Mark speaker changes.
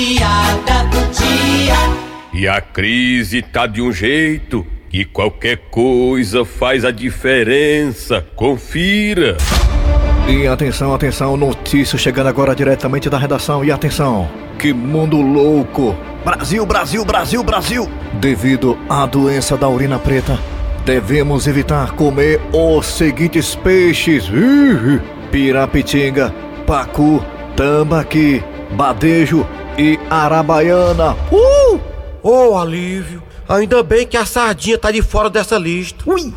Speaker 1: piada do dia.
Speaker 2: E a crise tá de um jeito que qualquer coisa faz a diferença. Confira.
Speaker 3: E atenção, atenção, notícia chegando agora diretamente da redação. E atenção, que mundo louco! Brasil, Brasil, Brasil, Brasil! Devido à doença da urina preta, devemos evitar comer os seguintes peixes: Ih, pirapitinga, pacu, tambaqui, badejo e arabaiana. Uh!
Speaker 4: Ô, alívio! Ainda bem que a sardinha tá de fora dessa lista.
Speaker 3: Ui!